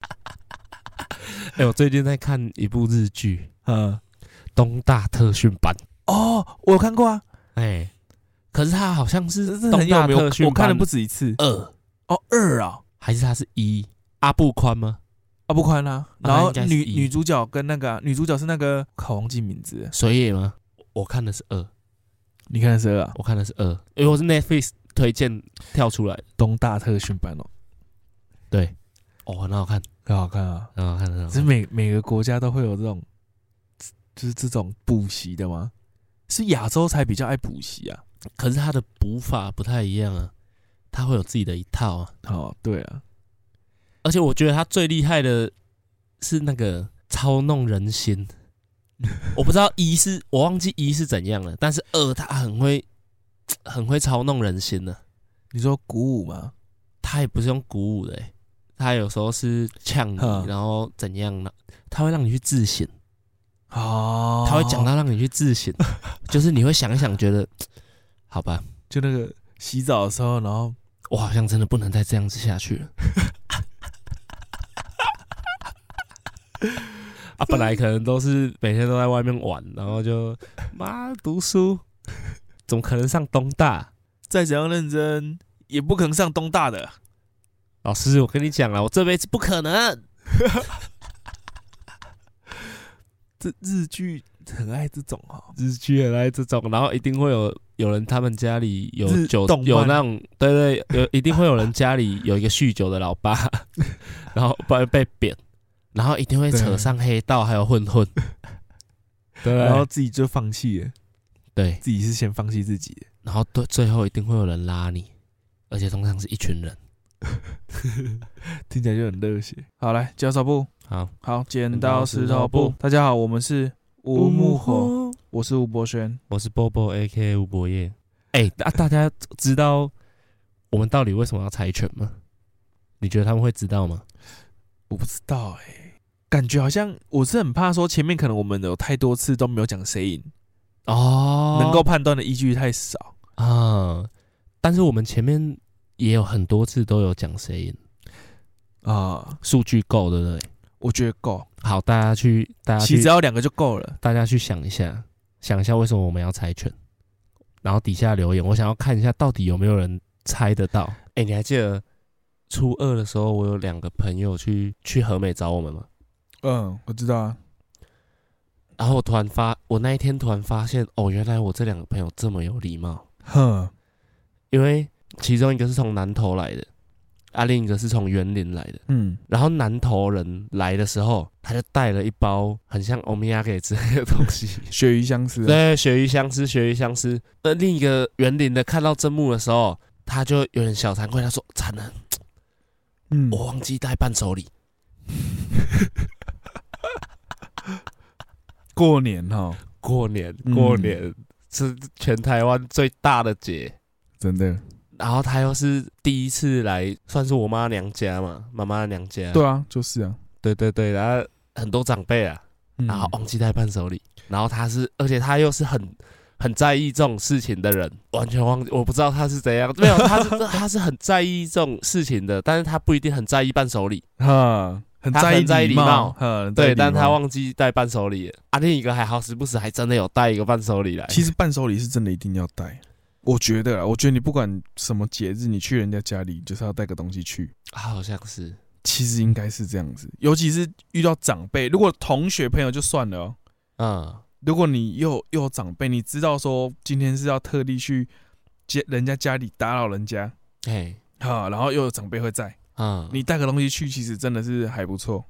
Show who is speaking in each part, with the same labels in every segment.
Speaker 1: 哎、我最近在看一部日剧
Speaker 2: 嗯，
Speaker 1: 《东大特训班》，
Speaker 2: 哦，我有看过啊，
Speaker 1: 哎、可是它好像
Speaker 2: 这
Speaker 1: 是
Speaker 2: 这很
Speaker 1: 东
Speaker 2: 有
Speaker 1: 大
Speaker 2: 名，
Speaker 1: 特
Speaker 2: 我
Speaker 1: 训
Speaker 2: 我看
Speaker 1: 班
Speaker 2: 了不止一次。
Speaker 1: 二，
Speaker 2: 哦，二啊，
Speaker 1: 还是它是一？阿布宽吗？
Speaker 2: 啊不宽啊。
Speaker 1: 那
Speaker 2: 然后
Speaker 1: 应该是
Speaker 2: 女
Speaker 1: 一
Speaker 2: 女主角跟那个啊女主角是那个考忘记名字，
Speaker 1: 水野吗？我看的是二，
Speaker 2: 你看的是二啊？
Speaker 1: 我看的是二，因为我是 Netflix 推荐跳出来的。
Speaker 2: 东大特训班哦，
Speaker 1: 对，哦，很好看，
Speaker 2: 很好看啊。
Speaker 1: 很好看，很好
Speaker 2: 是
Speaker 1: 看。
Speaker 2: 每每个国家都会有这种，就是这种补习的吗？是亚洲才比较爱补习啊。
Speaker 1: 可是它的补法不太一样啊，它会有自己的一套啊。
Speaker 2: 哦，对啊，
Speaker 1: 而且我觉得他最厉害的是那个操弄人心。我不知道一是我忘记一是怎样了，但是二他很会很会操弄人心呢、
Speaker 2: 你说鼓舞吗？
Speaker 1: 他也不是用鼓舞的、欸，他有时候是呛
Speaker 2: 哼
Speaker 1: 你，然后怎样呢？他会让你去自省，
Speaker 2: 哦，
Speaker 1: 他会讲到让你去自省，就是你会想一想，觉得好吧，
Speaker 2: 就那个洗澡的时候，然后
Speaker 1: 我好像真的不能再这样子下去了。 啊，本来可能都是每天都在外面玩，然后就妈读书，怎么可能上东大？
Speaker 2: 再怎样认真，也不可能上东大的。
Speaker 1: 老师，我跟你讲了，我这辈子不可能。
Speaker 2: 这日剧很爱这种哈、
Speaker 1: 日剧来这种，然后一定会有有人，他们家里有
Speaker 2: 日
Speaker 1: 酒
Speaker 2: 动，漫
Speaker 1: 有那种，对对，有一定会有人家里有一个酗酒的老爸， 然后被被贬，然后一定会扯
Speaker 2: 对
Speaker 1: 上黑道，还有混 混，对，
Speaker 2: 然后自己就放弃了，
Speaker 1: 对，
Speaker 2: 自己是先放弃自己的。
Speaker 1: 然后对，最后一定会有人拉你，而且通常是一群人。
Speaker 2: 听起来就很热血。好，来脚手部，
Speaker 1: 好，
Speaker 2: 好，剪刀石头布。大家好，我们是吴木火，，我是吴博轩。
Speaker 1: 我是 Bobo A K 吴博业。哎、大大家知道我们到底为什么要猜拳吗？你觉得他们会知道吗？
Speaker 2: 我不知道哎、感觉好像我是很怕说前面可能我们有太多次都没有讲谁赢，
Speaker 1: 哦
Speaker 2: 能够判断的依据太少。
Speaker 1: 啊，但是我们前面也有很多次都有讲谁赢，
Speaker 2: 啊，
Speaker 1: 数据够，对不对？
Speaker 2: 我觉得够，
Speaker 1: 好，大家去，大家
Speaker 2: 其实
Speaker 1: 去
Speaker 2: 只，要两个就够了。
Speaker 1: 大家去想一下，想一下为什么我们要猜拳，然后底下留言，我想要看一下到底有没有人猜得到。哎、你还记得初二的时候，我有两个朋友去去和美找我们吗？
Speaker 2: 嗯，我知道啊。
Speaker 1: 然后我突然发，我那一天突然发现，哦，原来我这两个朋友这么有礼貌，
Speaker 2: 哼，
Speaker 1: 因为其中一个是从南投来的，啊，另一个是从园林来的。
Speaker 2: 嗯，
Speaker 1: 然后南投人来的时候，他就带了一包很像欧米亚给之类的东西，
Speaker 2: 鳕鱼相思啊、
Speaker 1: 对，哎鳕鱼相思，鳕鱼相思。那另一个园林的看到真木的时候，他就有点小惭愧，他说：“惨了，
Speaker 2: 嗯
Speaker 1: 我忘记带伴手礼。
Speaker 2: 过年哈，
Speaker 1: 过年，
Speaker 2: 嗯
Speaker 1: 过年是全台湾最大的节。
Speaker 2: 真的。
Speaker 1: 然后他又是第一次来，算是我妈娘家嘛，妈妈娘家。
Speaker 2: 对啊，就是啊。
Speaker 1: 对对对，然后很多长辈啊，
Speaker 2: 嗯
Speaker 1: 然后忘记带伴手礼，然后他是，而且他又是很很在意这种事情的人，完全忘记，我不知道他是怎样，没有，他是 他是很在意这种事情的，但是他不一定很在意伴手礼，
Speaker 2: 哈，很
Speaker 1: 他
Speaker 2: 在
Speaker 1: 很
Speaker 2: 意
Speaker 1: 在意
Speaker 2: 礼
Speaker 1: 礼
Speaker 2: 貌
Speaker 1: 貌，
Speaker 2: 哈很在意
Speaker 1: 对，
Speaker 2: 礼
Speaker 1: 但他
Speaker 2: 貌。
Speaker 1: 忘记带伴手礼了啊，另一个还好时不时还真的有带一个伴手礼来，
Speaker 2: 其实伴手礼是真的一定要带，我觉得啊，我觉得你不管什么节日，你去人家家里就是要带个东西去。
Speaker 1: 啊好像是，
Speaker 2: 其实应该是这样子，尤其是遇到长辈，如果同学朋友就算了哦，
Speaker 1: 嗯，
Speaker 2: 如果你又又有长辈，你知道说今天是要特地去接人家家里打扰人家，
Speaker 1: 嘿，
Speaker 2: 哈，然后又有长辈会在，
Speaker 1: 嗯，
Speaker 2: 你带个东西去，其实真的是还不错，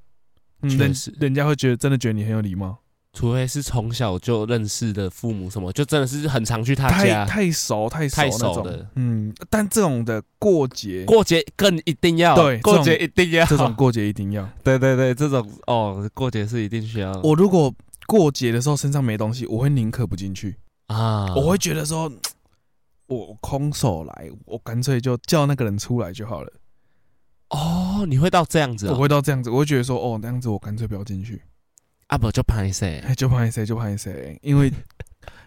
Speaker 2: 嗯
Speaker 1: 确
Speaker 2: 人
Speaker 1: 实
Speaker 2: 人家会觉得真的觉得你很有礼貌，
Speaker 1: 除非是从小就认识的父母什么，就真的是很常去他
Speaker 2: 太
Speaker 1: 家，
Speaker 2: 太熟太熟
Speaker 1: 太
Speaker 2: 那
Speaker 1: 熟
Speaker 2: 种
Speaker 1: 的，
Speaker 2: 嗯，但这种的过节，
Speaker 1: 过啊节更一定要，
Speaker 2: 对
Speaker 1: 过
Speaker 2: 这
Speaker 1: 节
Speaker 2: 种
Speaker 1: 一定要
Speaker 2: 这种过节一定要。
Speaker 1: 对对对，这种哦，过节是一定需要
Speaker 2: 我如果过节的时候身上没东西，我会宁可不进去。
Speaker 1: 啊，
Speaker 2: 我会觉得说，我空手来，我干脆就叫那个人出来就好了。
Speaker 1: 哦，你会到这样子、哦，
Speaker 2: 我会到这样子，我会觉得说，哦，那样子我干脆不要进 去，
Speaker 1: 啊不就拍谁
Speaker 2: 哎，就怕谁就怕谁，因为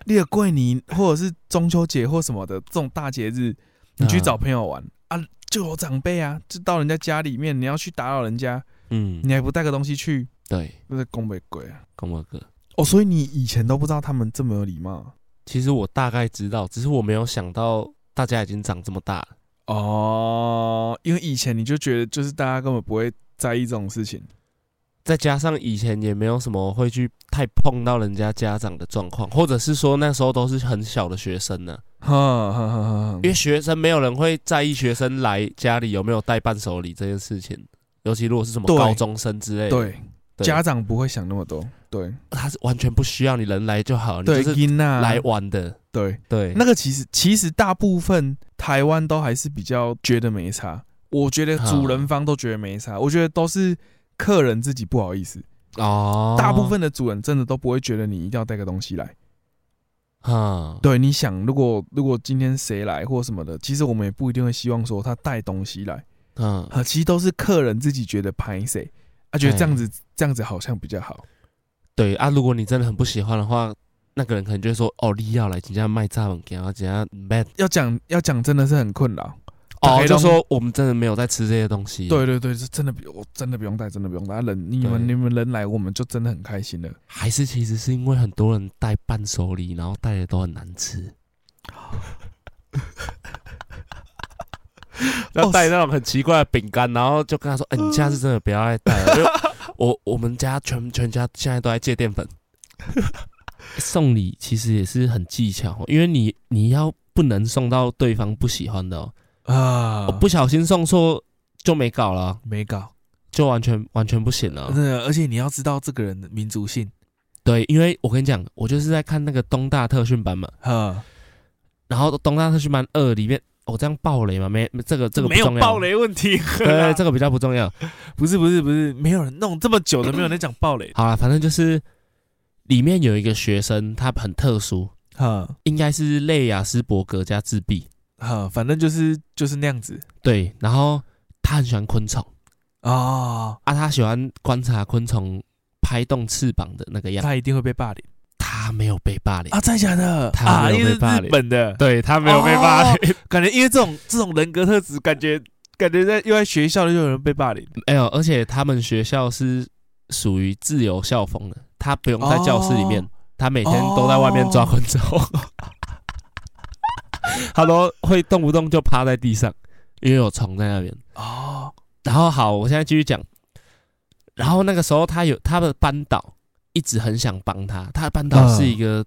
Speaker 2: 那个过年或者是中秋节或什么的这种大节日，你去找朋友玩啊，就有长辈啊，就到人家家里面，你要去打扰人家，
Speaker 1: 嗯
Speaker 2: 你还不带个东西去，
Speaker 1: 对，
Speaker 2: 那是宫北鬼啊。
Speaker 1: 公猫哥。
Speaker 2: 哦，所以你以前都不知道他们这么有礼貌
Speaker 1: 其实我大概知道，只是我没有想到大家已经长这么大了。
Speaker 2: 哦，因为以前你就觉得就是大家根本不会在意这种事情。
Speaker 1: 再加上以前也没有什么会去太碰到人家家长的状况，或者是说那时候都是很小的学生
Speaker 2: 嗯
Speaker 1: 呢、
Speaker 2: 哈哈哈哈哈
Speaker 1: 因为学生没有人会在意学生来家里有没有带伴手礼这件事情，尤其如果是什么
Speaker 2: 对
Speaker 1: 高中生之类的，
Speaker 2: 对，
Speaker 1: 对
Speaker 2: 家长不会想那么多。对
Speaker 1: 他是完全不需要你人来就好，你
Speaker 2: 对，
Speaker 1: 就是
Speaker 2: 因娜
Speaker 1: 来玩的，
Speaker 2: 对
Speaker 1: 对，
Speaker 2: 那个其实其实大部分台湾都还是比较觉得没差，我觉得主人方都觉得没
Speaker 1: 啊
Speaker 2: 差，我觉得都是客人自己不好意思。
Speaker 1: 哦，
Speaker 2: 大部分的主人真的都不会觉得你一定要带个东西来。
Speaker 1: 啊，
Speaker 2: 对，你想，如果如果今天谁来或什么的，其实我们也不一定会希望说他带东西来，
Speaker 1: 嗯，
Speaker 2: 啊，其实都是客人自己觉得拍谁，啊，觉得这样子这样子好像比较好。
Speaker 1: 对啊，如果你真的很不喜欢的话，那个人可能就会说，哦，你要来人家卖炸物给他，人家卖，
Speaker 2: 要讲要讲真的是很困扰。大
Speaker 1: 哦，
Speaker 2: 家
Speaker 1: 就
Speaker 2: 都
Speaker 1: 说我们真的没有在吃这些东西，
Speaker 2: 对对对，是真的不，我真的不用带，真的不用带。啊人你们
Speaker 1: 对
Speaker 2: 你们人来，我们就真的很开心了。
Speaker 1: 还是其实是因为很多人带伴手礼，然后带的都很难 吃，
Speaker 2: 哦
Speaker 1: 然后带那种很奇怪的饼干，然后就跟他说：“ 哎、你下次真的不要再带啊了，因为我我们家全全家现在都在戒淀 粉。”送礼其实也是很技巧哦，因为你你要不能送到对方不喜欢的哦，
Speaker 2: 啊，
Speaker 1: 我不小心送错就没搞了哦，
Speaker 2: 没搞，
Speaker 1: 就完全完全不行了哦。
Speaker 2: 真的。而且你要知道这个人的民族性，
Speaker 1: 对，因为我跟你讲，我就是在看那个东大特训班嘛，
Speaker 2: 哈，
Speaker 1: 然后《东大特训班二》里面，我、这样爆雷吗？没，没这个这个不
Speaker 2: 没有
Speaker 1: 重要
Speaker 2: 暴，雷问题。
Speaker 1: 对，这个比较不重要。
Speaker 2: 不是不是不是，没有人弄这么久的，没有人讲暴雷。
Speaker 1: 好了，反正就是里面有一个学生，他很特殊，
Speaker 2: 哈
Speaker 1: 应该是类雅斯伯格加自闭，
Speaker 2: 哈，啊反正就是就是那样子
Speaker 1: 对，然后他很喜欢昆虫
Speaker 2: 哦，
Speaker 1: 啊，他喜欢观察昆虫拍动翅膀的那个样子，
Speaker 2: 他一定会被霸凌
Speaker 1: 他没有被霸凌，
Speaker 2: 啊！真的假的？
Speaker 1: 他
Speaker 2: 啊，
Speaker 1: 没有
Speaker 2: 因为是
Speaker 1: 被霸凌
Speaker 2: 日本的，
Speaker 1: 对他没有被
Speaker 2: 哦
Speaker 1: 霸凌，
Speaker 2: 感觉因为这种这种人格特质，感觉感觉在又在学校就有人被霸凌。
Speaker 1: 没哎有，而且他们学校是属于自由校风的，他不用在教室里面，
Speaker 2: 哦
Speaker 1: 他每天都在外面抓昆虫， 他都会动不动就趴在地上，因为有虫在那边。
Speaker 2: 哦，
Speaker 1: 然后好，我现在继续讲。然后那个时候，他有他的班导一直很想帮他，他的班导
Speaker 2: 嗯
Speaker 1: 是一个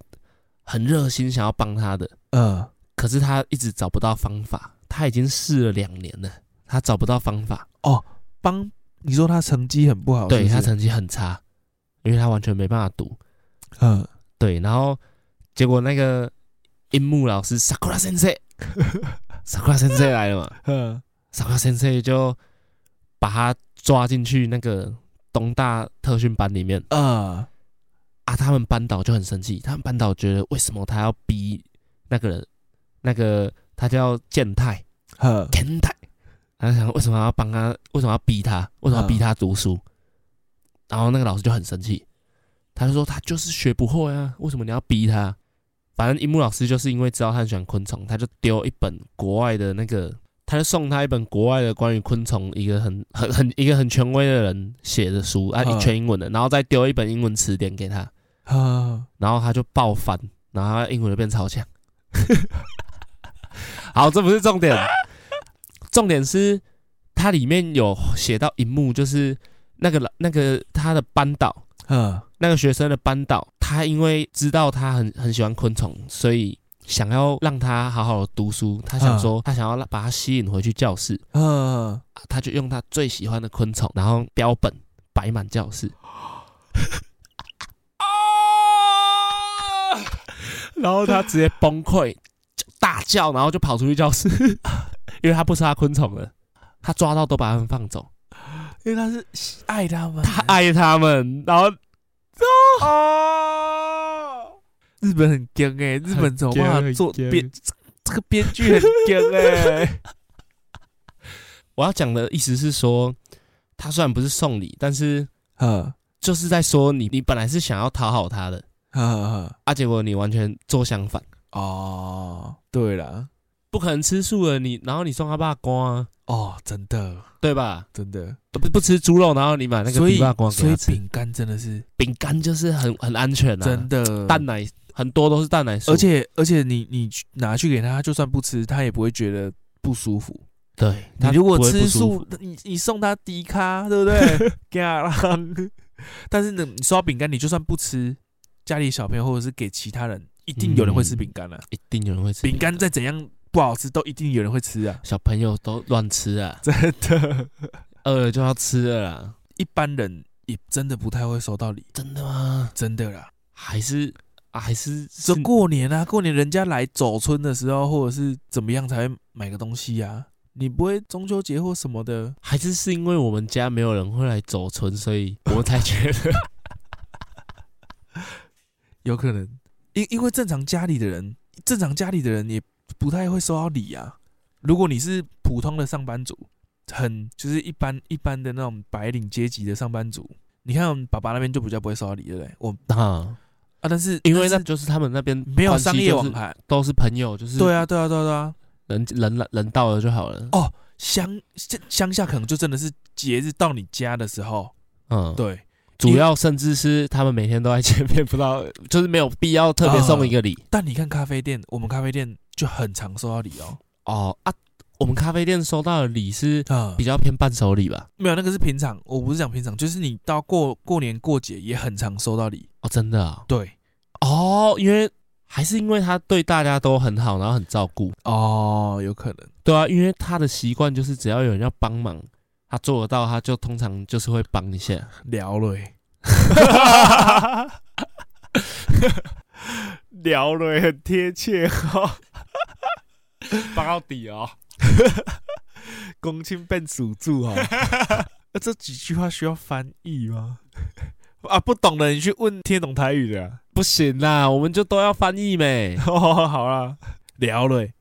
Speaker 1: 很热心想要帮他的，
Speaker 2: 嗯，
Speaker 1: 可是他一直找不到方法，他已经试了两年了，他找不到方法。
Speaker 2: 帮你说他成绩很不好，
Speaker 1: 对
Speaker 2: 是不
Speaker 1: 他
Speaker 2: 是
Speaker 1: 成绩很差，因为他完全没办法读。
Speaker 2: 嗯，
Speaker 1: 对，然后结果那个樱木老师 Sakura 先生，Sakura 先生来了嘛
Speaker 2: 嗯
Speaker 1: ，Sakura 先生就把他抓进去那个东大特训班里面
Speaker 2: 啊
Speaker 1: 啊。他们班导就很生气，他们班导觉得为什么他要逼那个人，那个他叫健太
Speaker 2: 呵，
Speaker 1: 健太，他想为什么要帮他，为什么要逼他，为什么要逼他读书？然后那个老师就很生气，他就说他就是学不会啊，为什么你要逼他？反正樱木老师就是因为知道他很喜欢昆虫，他就丢一本国外的那个，他就送他一本国外的关于昆虫一个很很很一个很权威的人写的书啊，
Speaker 2: 嗯
Speaker 1: 全英文的，然后再丢一本英文词典给他，
Speaker 2: 啊，
Speaker 1: 然后他就爆翻，然后他英文就变超强。 好，这不是重点，重点是它里面有写到一幕，就是那个老那个他的班导，
Speaker 2: 嗯
Speaker 1: 那个学生的班导，他因为知道他很很喜欢昆虫，所以想要让他好好的读书，他想说他想要把他吸引回去教室，
Speaker 2: 嗯，
Speaker 1: 啊他就用他最喜欢的昆虫，然后标本摆满教室。
Speaker 2: 啊，
Speaker 1: 然后他直接崩溃，就大叫，然后就跑出去教室， 因为他不杀昆虫了，他抓到都把他们放走，
Speaker 2: 因为他是爱他们，
Speaker 1: 他爱他们，然后
Speaker 2: 啊。日本很僵哎、日本怎么
Speaker 1: 很僵
Speaker 2: 办法做
Speaker 1: 很僵
Speaker 2: 编？这这个编剧很僵哎、
Speaker 1: 我要讲的意思是说，他虽然不是送礼，但是
Speaker 2: 啊
Speaker 1: 就是在说你，你本来是想要讨好他的，
Speaker 2: 啊啊！
Speaker 1: 啊，结果你完全做相反。
Speaker 2: 哦，对了，
Speaker 1: 不可能吃素的你，然后你送他爸瓜、啊，
Speaker 2: 哦，真的
Speaker 1: 对吧？
Speaker 2: 真的，
Speaker 1: 都不不吃猪肉，然后你买那个
Speaker 2: 所
Speaker 1: 枇
Speaker 2: 以
Speaker 1: 杷瓜
Speaker 2: 所
Speaker 1: 给
Speaker 2: 以
Speaker 1: 他吃，
Speaker 2: 饼干真的是
Speaker 1: 饼干就是很很安全啊，
Speaker 2: 真的
Speaker 1: 蛋奶很多都是蛋奶素，
Speaker 2: 而且而且你你去拿去给他，他就算不吃，他也不会觉得不舒服。
Speaker 1: 对，
Speaker 2: 你
Speaker 1: 它
Speaker 2: 如果
Speaker 1: 不会不
Speaker 2: 吃
Speaker 1: 舒服
Speaker 2: 素，你你送他迪卡，对 不对？嘎啦！但是呢，你收到饼干，你就算不吃，家里小朋友或者是给其他人，一定有人会
Speaker 1: 嗯
Speaker 2: 吃饼干啊。
Speaker 1: 一定有人会吃
Speaker 2: 饼干再怎样不好吃，都一定有人会吃啊。
Speaker 1: 小朋友都乱吃啊，
Speaker 2: 真的，
Speaker 1: 饿了就要吃了啦。
Speaker 2: 一般人也真的不太会收到礼，
Speaker 1: 真的吗？
Speaker 2: 真的啦。
Speaker 1: 还是啊还是
Speaker 2: 这
Speaker 1: 是
Speaker 2: 过年啊，过年人家来走村的时候，或者是怎么样才会买个东西啊？你不会中秋节或什么的，
Speaker 1: 还是是因为我们家没有人会来走村，所 以我才觉得
Speaker 2: 有可能，因因为正常家里的人，正常家里的人也不太会收到礼啊。如果你是普通的上班族，很就是一般一般的那种白领阶级的上班族，你看我们爸爸那边就比较不会收到礼，对不对？我
Speaker 1: 啊，
Speaker 2: 啊，但是
Speaker 1: 因为那
Speaker 2: 但是
Speaker 1: 就是他们那边
Speaker 2: 没有
Speaker 1: 关系
Speaker 2: 商业
Speaker 1: 就是
Speaker 2: 往来，
Speaker 1: 都是朋友，就是
Speaker 2: 对啊，对啊，对啊，对啊。
Speaker 1: 人人来人到了就好了。
Speaker 2: 哦乡乡乡下可能就真的是节日到你家的时候，
Speaker 1: 嗯，，
Speaker 2: 对，
Speaker 1: 主要甚至是他们每天都在见面，不知道就是没有必要特别送一个礼
Speaker 2: 但你看咖啡店，我们咖啡店就很常收到礼哦。
Speaker 1: 哦啊。我们咖啡店收到的礼是
Speaker 2: 啊、
Speaker 1: 比较偏伴手礼吧？
Speaker 2: 没有那个是平常，我不是讲平常，就是你到过过年过节也很常收到礼。
Speaker 1: 哦，真的啊、
Speaker 2: 对，
Speaker 1: 哦，因为还是因为他对大家都很好，然后很照顾。
Speaker 2: 哦，有可能，
Speaker 1: 对啊，因为他的习惯就是只要有人要帮忙，他做得到，他就通常就是会帮一下。
Speaker 2: 聊了、欸， 聊了、很贴切哦，
Speaker 1: 帮到底哦，
Speaker 2: 公亲变属住哦。 那这几句话需要翻译吗？啊，不懂的你去问听得懂台语的啊、。
Speaker 1: 不行啦，我们就都要翻译呗
Speaker 2: 哦，好啦，聊了、欸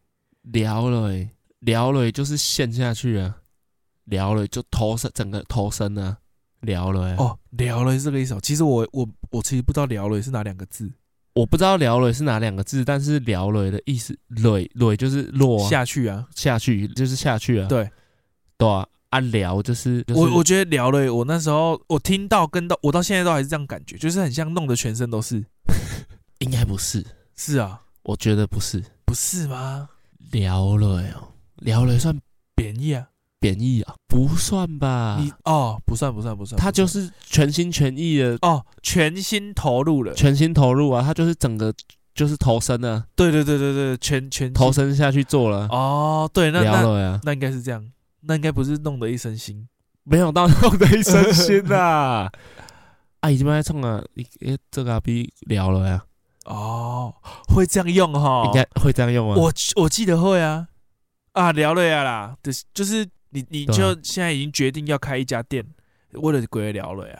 Speaker 1: 聊了、欸，聊了、欸，就是陷下去啊，聊了就投身，整个投身啊，聊了、欸。，
Speaker 2: 哦，聊了这个意思哦。其实我我我其实不知道聊了是哪两个字，
Speaker 1: 我不知道聊了、是哪两个字，但是聊了、的意思，累累就是落啊、
Speaker 2: 下去啊。
Speaker 1: 下去，就是下去啊。
Speaker 2: 对，
Speaker 1: 对啊，啊聊就是、就是、
Speaker 2: 我我觉得聊了，我那时候我听到跟到我到现在都还是这样感觉，就是很像弄得全身都是。
Speaker 1: 应该不是，
Speaker 2: 是啊，
Speaker 1: 我觉得不是。
Speaker 2: 不是吗？
Speaker 1: 聊了哦，聊了算
Speaker 2: 贬义啊，
Speaker 1: 贬义啊？不算吧？
Speaker 2: 你哦，不算不算不
Speaker 1: 啊
Speaker 2: 算，
Speaker 1: 他
Speaker 2: 不
Speaker 1: 就
Speaker 2: 算
Speaker 1: 是全心全意的、
Speaker 2: 哦，全心投入了。
Speaker 1: 全心投入啊，他就是整个就是投身啊，
Speaker 2: 对对对对对，全全心
Speaker 1: 投身下去做了啊、
Speaker 2: 哦，对，那
Speaker 1: 聊
Speaker 2: 那
Speaker 1: 了呀，
Speaker 2: 那应该是这样，那应该不是弄得一身腥。
Speaker 1: 没有到弄得一身腥啊。 啊，已经在冲啊，你诶这个阿 B 聊了呀，
Speaker 2: 哦，会这样用哈？
Speaker 1: 应该会这样用啊。
Speaker 2: 我我记得会啊啊聊了呀啦，就是就是你你
Speaker 1: 对啊
Speaker 2: 就现在已经决定要开一家店，为了鬼聊了呀，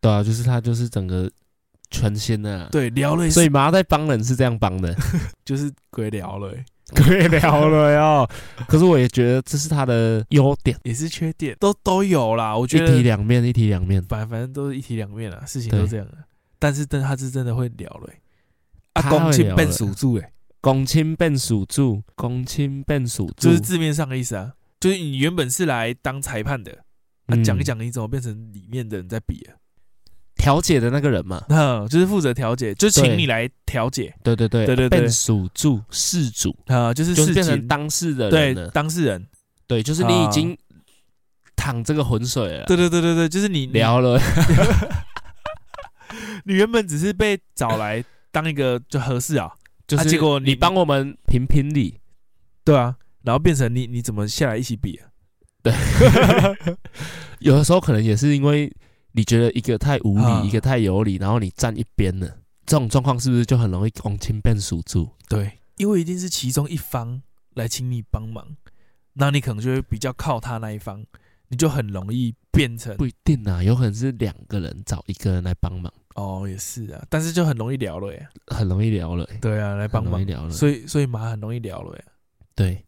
Speaker 1: 对啊，就是他就是整个全新的、啊，
Speaker 2: 对，聊了，
Speaker 1: 所
Speaker 2: 以
Speaker 1: 以麻在帮人是这样帮 的。
Speaker 2: 就是鬼聊了欸，
Speaker 1: 鬼聊了哟。 可是我也觉得这是他的优点，
Speaker 2: 也是缺点，都都有啦，我
Speaker 1: 一
Speaker 2: 觉得
Speaker 1: 体两面，一体两面。
Speaker 2: 反反正都是一体两面啊，事情
Speaker 1: 对
Speaker 2: 都这样啊，但是但他是真的会聊了欸，
Speaker 1: 他
Speaker 2: 啊，
Speaker 1: 会
Speaker 2: 公
Speaker 1: 聊
Speaker 2: 亲
Speaker 1: 了
Speaker 2: 笨属住哎，
Speaker 1: 公亲变属柱，公亲变属柱，
Speaker 2: 就是字面上的意思啊，就是你原本是来当裁判的，啊
Speaker 1: 嗯
Speaker 2: 讲一讲你怎么变成里面的人在比啊，
Speaker 1: 调解的那个人嘛。
Speaker 2: 嗯，就是负责调解，就是
Speaker 1: 对
Speaker 2: 请你来调解
Speaker 1: 对对对
Speaker 2: 对对对
Speaker 1: 变属柱事主，
Speaker 2: 啊，就是
Speaker 1: 就是
Speaker 2: 事
Speaker 1: 变成
Speaker 2: 情
Speaker 1: 当事的
Speaker 2: 对啊
Speaker 1: 人了。啊
Speaker 2: 当事人，
Speaker 1: 对，就是你已经淌这个浑水了，
Speaker 2: 对对对对对，就是你你
Speaker 1: 聊了，
Speaker 2: 啊你原本只是被找来当一个就合适啊，
Speaker 1: 就是
Speaker 2: 结果你
Speaker 1: 你帮我们评评理，
Speaker 2: 对啊，然后变成你你怎么下来一起比、啊？
Speaker 1: 有的时候可能也是因为你觉得一个太无
Speaker 2: 啊
Speaker 1: 理，一个太有理，然后你站一边了，这种状况是不是就很容易公亲变属柱？
Speaker 2: 对，因为一定是其中一方来请你帮忙，那你可能就会比较靠他那一方，你就很容易变成
Speaker 1: 不一定啊，有可能是两个人找一个人来帮忙，
Speaker 2: 哦，也是啊，但是就很容易聊了耶。
Speaker 1: 很容易聊了欸、
Speaker 2: 对啊，来帮
Speaker 1: 很容
Speaker 2: 忙
Speaker 1: 易，聊了。
Speaker 2: 所以所以马很容易聊了耶，
Speaker 1: 对，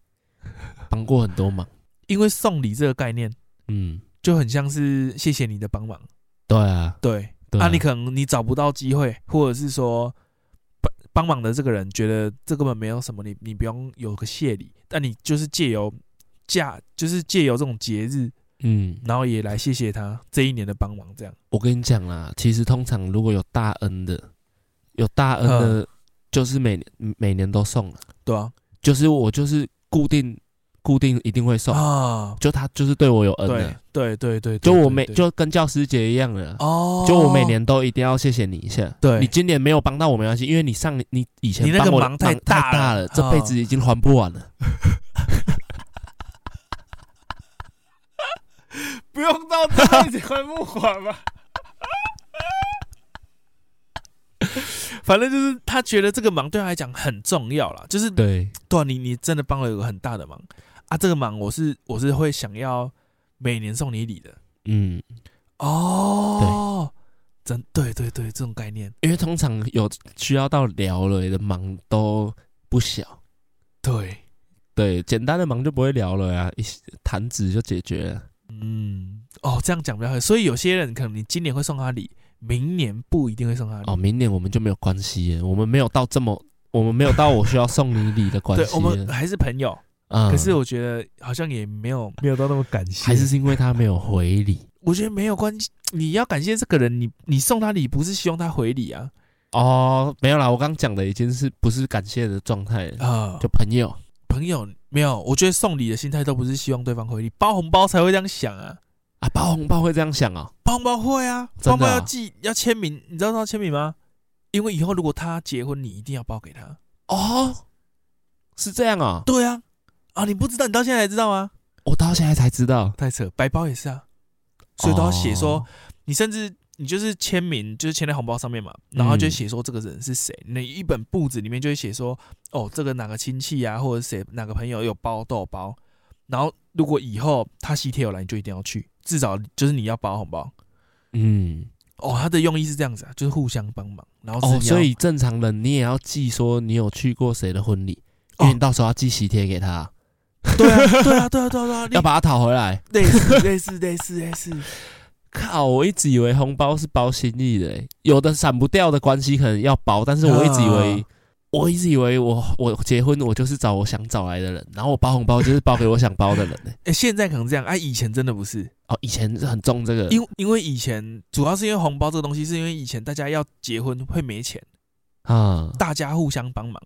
Speaker 1: 帮过很多忙。
Speaker 2: 因为送礼这个概念
Speaker 1: 嗯，
Speaker 2: 就很像是谢谢你的帮忙，
Speaker 1: 对啊，
Speaker 2: 对，
Speaker 1: 对
Speaker 2: 啊，你可能你找不到机会，或者是说本帮忙的这个人觉得这根本没有什么，你你不用有个谢礼，但你就是借由假，就是借由这种节日，
Speaker 1: 嗯，
Speaker 2: 然后也来谢谢他这一年的帮忙，这样。
Speaker 1: 我跟你讲啦，其实通常如果有大恩的，有大恩
Speaker 2: 嗯
Speaker 1: 的，就是每年每年都送了，
Speaker 2: 对啊，
Speaker 1: 就是我就是固定固定一定会送，
Speaker 2: 啊，
Speaker 1: 就他就是对我有恩
Speaker 2: 对
Speaker 1: 的，
Speaker 2: 对对对，对
Speaker 1: 就我
Speaker 2: 对
Speaker 1: 每
Speaker 2: 对
Speaker 1: 就跟教师节一样的，啊
Speaker 2: 哦，
Speaker 1: 就我每年都一定要谢谢你一下。
Speaker 2: 对
Speaker 1: 你今年没有帮到我没关系，因为你上你以前
Speaker 2: 你那个
Speaker 1: 帮我的
Speaker 2: 忙
Speaker 1: 忙
Speaker 2: 太大
Speaker 1: 大
Speaker 2: 了嗯
Speaker 1: 了，这辈子已经还不完了。
Speaker 2: 不用到他一直还不还吧。 反正就是他觉得这个忙对他来讲很重要啦，就是
Speaker 1: 对，
Speaker 2: 对、啊、你你真的帮了有个很大的忙啊，这个忙我是我是会想要每年送你礼的
Speaker 1: 嗯，
Speaker 2: 哦，真对对对，这种概念
Speaker 1: 因为通常有需要到聊了的忙都不小，
Speaker 2: 对，
Speaker 1: 对，简单的忙就不会聊了呀、啊，一些弹指就解决了。
Speaker 2: 嗯哦，这样讲比较好，所以有些人可能你今年会送他礼，明年不一定会送他礼
Speaker 1: 哦，明年我们就没有关系了，我们没有到这么，我们没有到我需要送你礼的关
Speaker 2: 对
Speaker 1: 系
Speaker 2: 我们
Speaker 1: 了。
Speaker 2: 还是朋友，
Speaker 1: 嗯
Speaker 2: 可是我觉得好像也没有没有到那么感谢，
Speaker 1: 还是是因为他没有回礼
Speaker 2: 我觉得没有关系。你要感谢这个人，你你送他礼不是希望他回礼啊
Speaker 1: 哦，没有啦，我刚讲的已经是不是感谢的状态了，
Speaker 2: 啊、
Speaker 1: 就朋友。
Speaker 2: 朋友没有，我觉得送礼的心态都不是希望对方回礼，包红包才会这样想啊，
Speaker 1: 啊，包红包会这样想哦。
Speaker 2: 包红包会啊，包
Speaker 1: 真的啊
Speaker 2: 红包要记要签名，你知道他签名吗？因为以后如果他结婚，你一定要包给他。
Speaker 1: 哦，是这样哦，
Speaker 2: 对啊，啊你不知道，你到现在才知道吗？
Speaker 1: 我到现在才知道，
Speaker 2: 太扯，白包也是啊，所以都要写说，
Speaker 1: 哦
Speaker 2: 你甚至你就是签名，就是签在红包上面嘛，然
Speaker 1: 嗯
Speaker 2: 后就写说这个人是谁，那、一本簿子里面就会写说，哦，这个哪个亲戚啊，或者谁哪个朋友有包都有包，然后如果以后他喜帖有来，你就一定要去，至少就是你要包红包。
Speaker 1: 嗯，
Speaker 2: 哦，他的用意是这样子啊，就是互相帮忙，然后是
Speaker 1: 哦，
Speaker 2: 你要
Speaker 1: 所以正常人你也要记说你有去过谁的婚礼，
Speaker 2: 哦
Speaker 1: 因为你到时候要寄喜帖给他，
Speaker 2: 对啊，对啊，对啊，对啊，对 啊，
Speaker 1: 要把他讨回来。
Speaker 2: 类似类似类似类似，
Speaker 1: 靠，我一直以为红包是包心意的欸，有的闪不掉的关系可能要包，但是我一直以为。
Speaker 2: 啊
Speaker 1: 我一直以为我我结婚我就是找我想找来的人，然后我包红包就是包给我想包的人欸
Speaker 2: 哎、现在可能这样，哎、以前真的不是，
Speaker 1: 哦，以前是很重这个，
Speaker 2: 因因为以前主要是因为红包这个东西，是因为以前大家要结婚会没钱，
Speaker 1: 啊，
Speaker 2: 大家互相帮忙，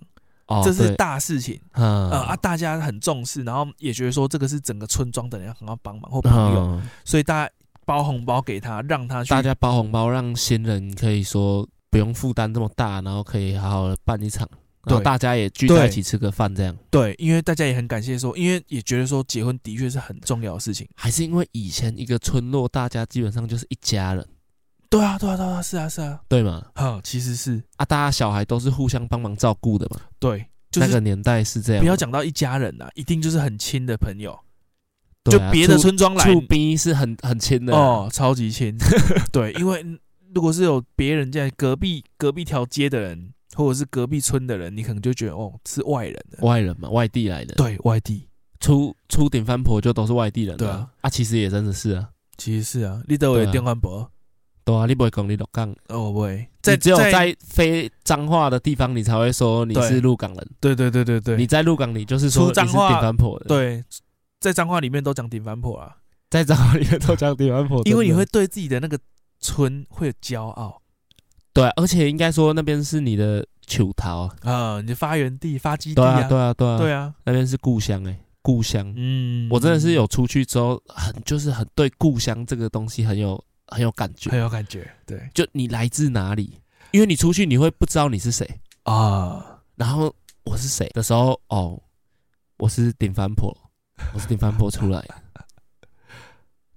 Speaker 1: 哦，
Speaker 2: 这是
Speaker 1: 对
Speaker 2: 大事情
Speaker 1: 啊
Speaker 2: 啊、呃、啊，大家很重视，然后也觉得说这个是整个村庄的人要很要帮忙或朋友，
Speaker 1: 嗯
Speaker 2: 所以大家包红包给他，让他去
Speaker 1: 大家包红包，让新人可以说不用负担这么大，然后可以好好的办一场，然后
Speaker 2: 对
Speaker 1: 大家也聚在
Speaker 2: 对
Speaker 1: 一起吃个饭，这样
Speaker 2: 对，因为大家也很感谢说，因为也觉得说结婚的确是很重要的事情。
Speaker 1: 还是因为以前一个村落，大家基本上就是一家人，
Speaker 2: 对啊，对啊，对啊，是啊，是啊，
Speaker 1: 对吗？
Speaker 2: 哈，其实是
Speaker 1: 啊，大家小孩都是互相帮忙照顾的嘛，
Speaker 2: 对，就
Speaker 1: 那个
Speaker 2: 是
Speaker 1: 年代是这样嘛，
Speaker 2: 不要讲到一家人啊，一定就是很亲的朋友，
Speaker 1: 对
Speaker 2: 就
Speaker 1: 啊
Speaker 2: 别的
Speaker 1: 处
Speaker 2: 村庄来
Speaker 1: 处兵是很很亲的啊，
Speaker 2: 哦，超级亲。对，因为如果是有别人在隔壁隔壁条街的人，或者是隔壁村的人，你可能就觉得哦是外人的，
Speaker 1: 外人嘛，外地来的，
Speaker 2: 对外地
Speaker 1: 出出顶翻婆就都是外地人啊，
Speaker 2: 对啊
Speaker 1: 啊，其实也真的是啊，
Speaker 2: 其实是啊，你都
Speaker 1: 对
Speaker 2: 有
Speaker 1: 啊
Speaker 2: 电饭煲，
Speaker 1: 对啊，你不会讲你鹿港，
Speaker 2: 哦不会，
Speaker 1: 你只有
Speaker 2: 在
Speaker 1: 在非彰化的地方，你才会说你
Speaker 2: 对
Speaker 1: 是鹿港人。
Speaker 2: 对对对对
Speaker 1: 你
Speaker 2: 对，
Speaker 1: 在鹿港，你就是说
Speaker 2: 出
Speaker 1: 你
Speaker 2: 彰
Speaker 1: 是
Speaker 2: 化
Speaker 1: 顶番婆的，，
Speaker 2: 对，在脏话里面都讲顶番婆啊，
Speaker 1: 在彰化里面都讲顶番婆，
Speaker 2: 因
Speaker 1: 真
Speaker 2: 为你
Speaker 1: 的
Speaker 2: 会对自己的那个村会有骄傲
Speaker 1: 对啊，而且应该说那边是你的球桃啊，
Speaker 2: 啊，你的发源地发基地
Speaker 1: 对啊，对啊，对啊，
Speaker 2: 对啊，
Speaker 1: 那边是故乡哎，故乡，
Speaker 2: 嗯，
Speaker 1: 我真的是有出去之后，很就是很对故乡这个东西很有很有感
Speaker 2: 很
Speaker 1: 觉，
Speaker 2: 有感觉，对
Speaker 1: 就你来自哪里，因为你出去你会不知道你是谁，
Speaker 2: 啊，
Speaker 1: 然后我是谁的时候，哦，我是顶番婆，我是顶番婆 出来的，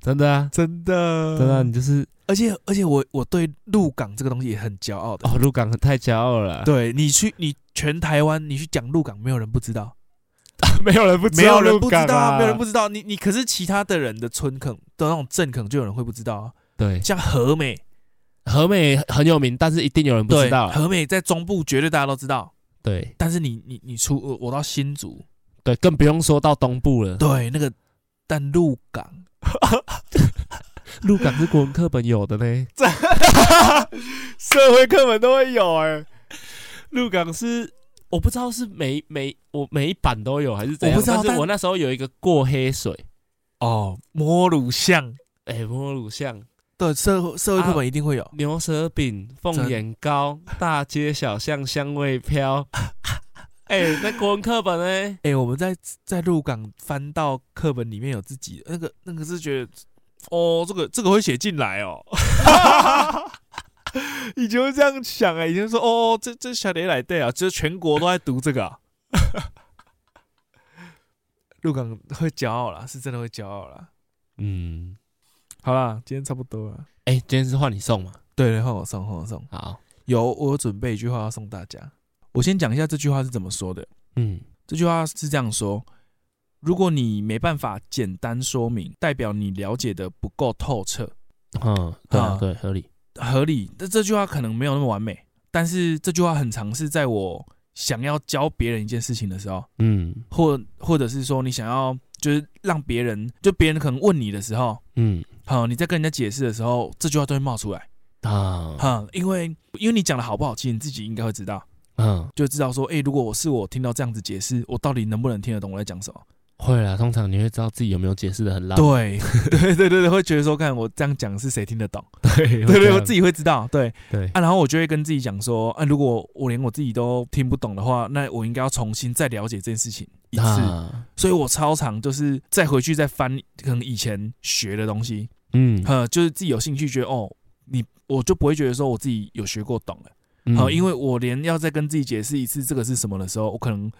Speaker 1: 真的啊，
Speaker 2: 真的
Speaker 1: 真的啊，你就是
Speaker 2: 而且而且我我对鹿港这个东西也很骄傲的。
Speaker 1: 哦，鹿港太骄傲了啊，
Speaker 2: 对你去你全台湾你去讲鹿港，没有人不知道，
Speaker 1: 没有人不
Speaker 2: 没有人不知道啊，
Speaker 1: 啊，
Speaker 2: 没有人不知道。你你可是其他的人的村肯的那种镇肯，就有人会不知道啊。
Speaker 1: 对，
Speaker 2: 像和美，
Speaker 1: 和美很有名，但是一定有人不
Speaker 2: 对
Speaker 1: 知道啊。
Speaker 2: 和美在中部绝对大家都知道，
Speaker 1: 对
Speaker 2: 但是你你你出我我到新竹，
Speaker 1: 对，更不用说到东部 了。
Speaker 2: 对那个但鹿港，
Speaker 1: 鹿港是国文 课本有的呢。欸
Speaker 2: 社会课本都会有哎、
Speaker 1: 鹿港是我不知道是每每我每一版都有还是怎样，
Speaker 2: 我不知道
Speaker 1: 但
Speaker 2: 但
Speaker 1: 是我那时候有一个过黑水，
Speaker 2: 哦，摸乳巷
Speaker 1: 哎、摸乳巷、
Speaker 2: 对社社会课
Speaker 1: 啊
Speaker 2: 本一定会有，
Speaker 1: 牛舌饼、凤眼 糕、大街小巷香味飘。哎、那国文课本呢、
Speaker 2: 哎、我们在在鹿港翻到课本里面有自己的那个那个是觉得，哦，这个这个会写进来哦。 以前会这样想啊、以前说哦，这这小雷来对啊，就是全国都在读这个、啊。 鹿港会骄傲啦，是真的会骄傲啦。
Speaker 1: 嗯，
Speaker 2: 好啦，今天差不多了。
Speaker 1: 哎、今天是换你送嘛？
Speaker 2: 对，换我送，换我送。
Speaker 1: 好，
Speaker 2: 有，我有准备一句话要送大家。我先讲一下这句话是怎么说的。
Speaker 1: 嗯
Speaker 2: 这句话是这样说：如果你没办法简单说明，代表你了解的不够透彻。
Speaker 1: 嗯，对啊
Speaker 2: 啊
Speaker 1: 对，合理。
Speaker 2: 合理，但这句话可能没有那么完美，但是这句话很常是在我想要教别人一件事情的时候，
Speaker 1: 嗯
Speaker 2: 或或者是说你想要就是让别人，就别人可能问你的时候，
Speaker 1: 嗯
Speaker 2: 好、你在跟人家解释的时候，这句话都会冒出来，
Speaker 1: 啊
Speaker 2: 哈、因为因为你讲的好不好，其实你自己应该会知道，
Speaker 1: 嗯，
Speaker 2: 就知道说，诶，如果我是我听到这样子解释，我到底能不能听得懂我在讲什么？
Speaker 1: 会啦。通常你会知道自己有没有解释的很烂。
Speaker 2: 对啊 对对对对，会觉得说，看我这样讲是谁听得 懂？
Speaker 1: 对
Speaker 2: 对对，我
Speaker 1: 己
Speaker 2: 自己会知道。对
Speaker 1: 对
Speaker 2: 啊，然后我就会跟自己讲说，啊，如果我连我自己都听不懂的话，那我应该要重新再了解这件事情一次。
Speaker 1: 啊
Speaker 2: 所以我超常就是再回去再翻可能以前学的东西，
Speaker 1: 嗯
Speaker 2: 呃，就是自己有兴趣，觉得哦，你我就不会觉得说我自己有学过懂了，
Speaker 1: 嗯
Speaker 2: 好、因为我连要再跟自己解释一次这个是什么的时候，我可能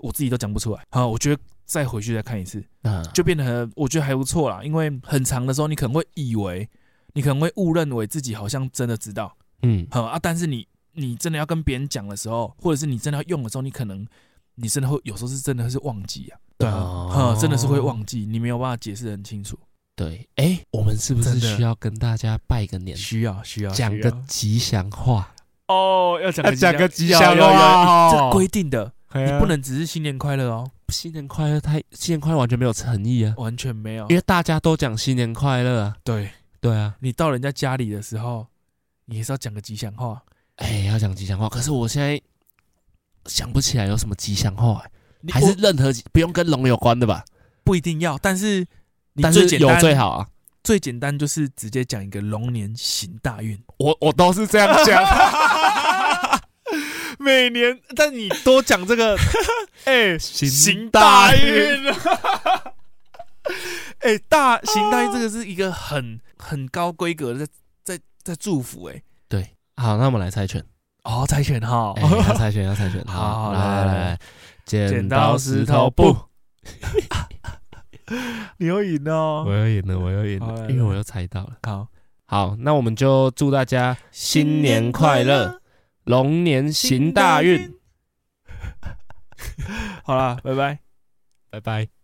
Speaker 2: 我自己都讲不出来，呃好、我觉得再回去再看一次，
Speaker 1: 啊
Speaker 2: 就变得很我觉得还不错啦，因为很长的时候，你可能会以为，你可能会误认为自己好像真的知道，
Speaker 1: 嗯
Speaker 2: 好啊，但是你你真的要跟别人讲的时候，或者是你真的要用的时候，你可能你真的会有时候是真的是忘记啊，对啊，
Speaker 1: 哦
Speaker 2: 哼真的是会忘记，你没有办法解释得很清楚，
Speaker 1: 对，哎，我们是不是
Speaker 2: 真的
Speaker 1: 需要跟大家拜个年，
Speaker 2: 需要需要
Speaker 1: 讲个啊吉祥话？
Speaker 2: 哦，要讲
Speaker 1: 个吉祥
Speaker 2: 要
Speaker 1: 要要
Speaker 2: 要
Speaker 1: 要
Speaker 2: 这规定的，你
Speaker 1: 你
Speaker 2: 不能只是新年快乐哦，
Speaker 1: 新年快乐太新年快乐完全没有诚意啊，
Speaker 2: 完全没有
Speaker 1: 因，为大家都讲新年快乐啊。
Speaker 2: 对
Speaker 1: 对啊，
Speaker 2: 你到人家家里的时候，你也是要讲个吉祥话，
Speaker 1: 哎，要讲吉祥话，可是我现在想不起来有什么吉祥话，哎
Speaker 2: 你
Speaker 1: 还是
Speaker 2: 我
Speaker 1: 任何吉不用跟龙有关的吧？
Speaker 2: 不一定要，但是你
Speaker 1: 但
Speaker 2: 最
Speaker 1: 是
Speaker 2: 简
Speaker 1: 有
Speaker 2: 单
Speaker 1: 最好啊。
Speaker 2: 最简单就是直接讲一个龙年行大运。
Speaker 1: 我我都是这样讲，
Speaker 2: 每年，但你多讲 这个，哎、
Speaker 1: 行
Speaker 2: 行
Speaker 1: 大
Speaker 2: 大
Speaker 1: 运
Speaker 2: 运， 哎、大行大运这个是一个很很高规格的在在在祝福、哎，
Speaker 1: 对，好，那我们来猜拳，
Speaker 2: 哦，猜拳哈
Speaker 1: 哎，要猜拳，要猜拳，
Speaker 2: 好
Speaker 1: 来
Speaker 2: 来
Speaker 1: 来
Speaker 2: 来
Speaker 1: 来，
Speaker 2: 剪刀石头布，你又赢
Speaker 1: 我
Speaker 2: 哦，
Speaker 1: 又赢了，我又赢
Speaker 2: 好来
Speaker 1: 了，
Speaker 2: 来
Speaker 1: 因为我又猜到了。
Speaker 2: 好，
Speaker 1: 好，那我们就祝大家新年快乐，，龙年行大运，，
Speaker 2: 好啦，拜拜。
Speaker 1: 拜拜。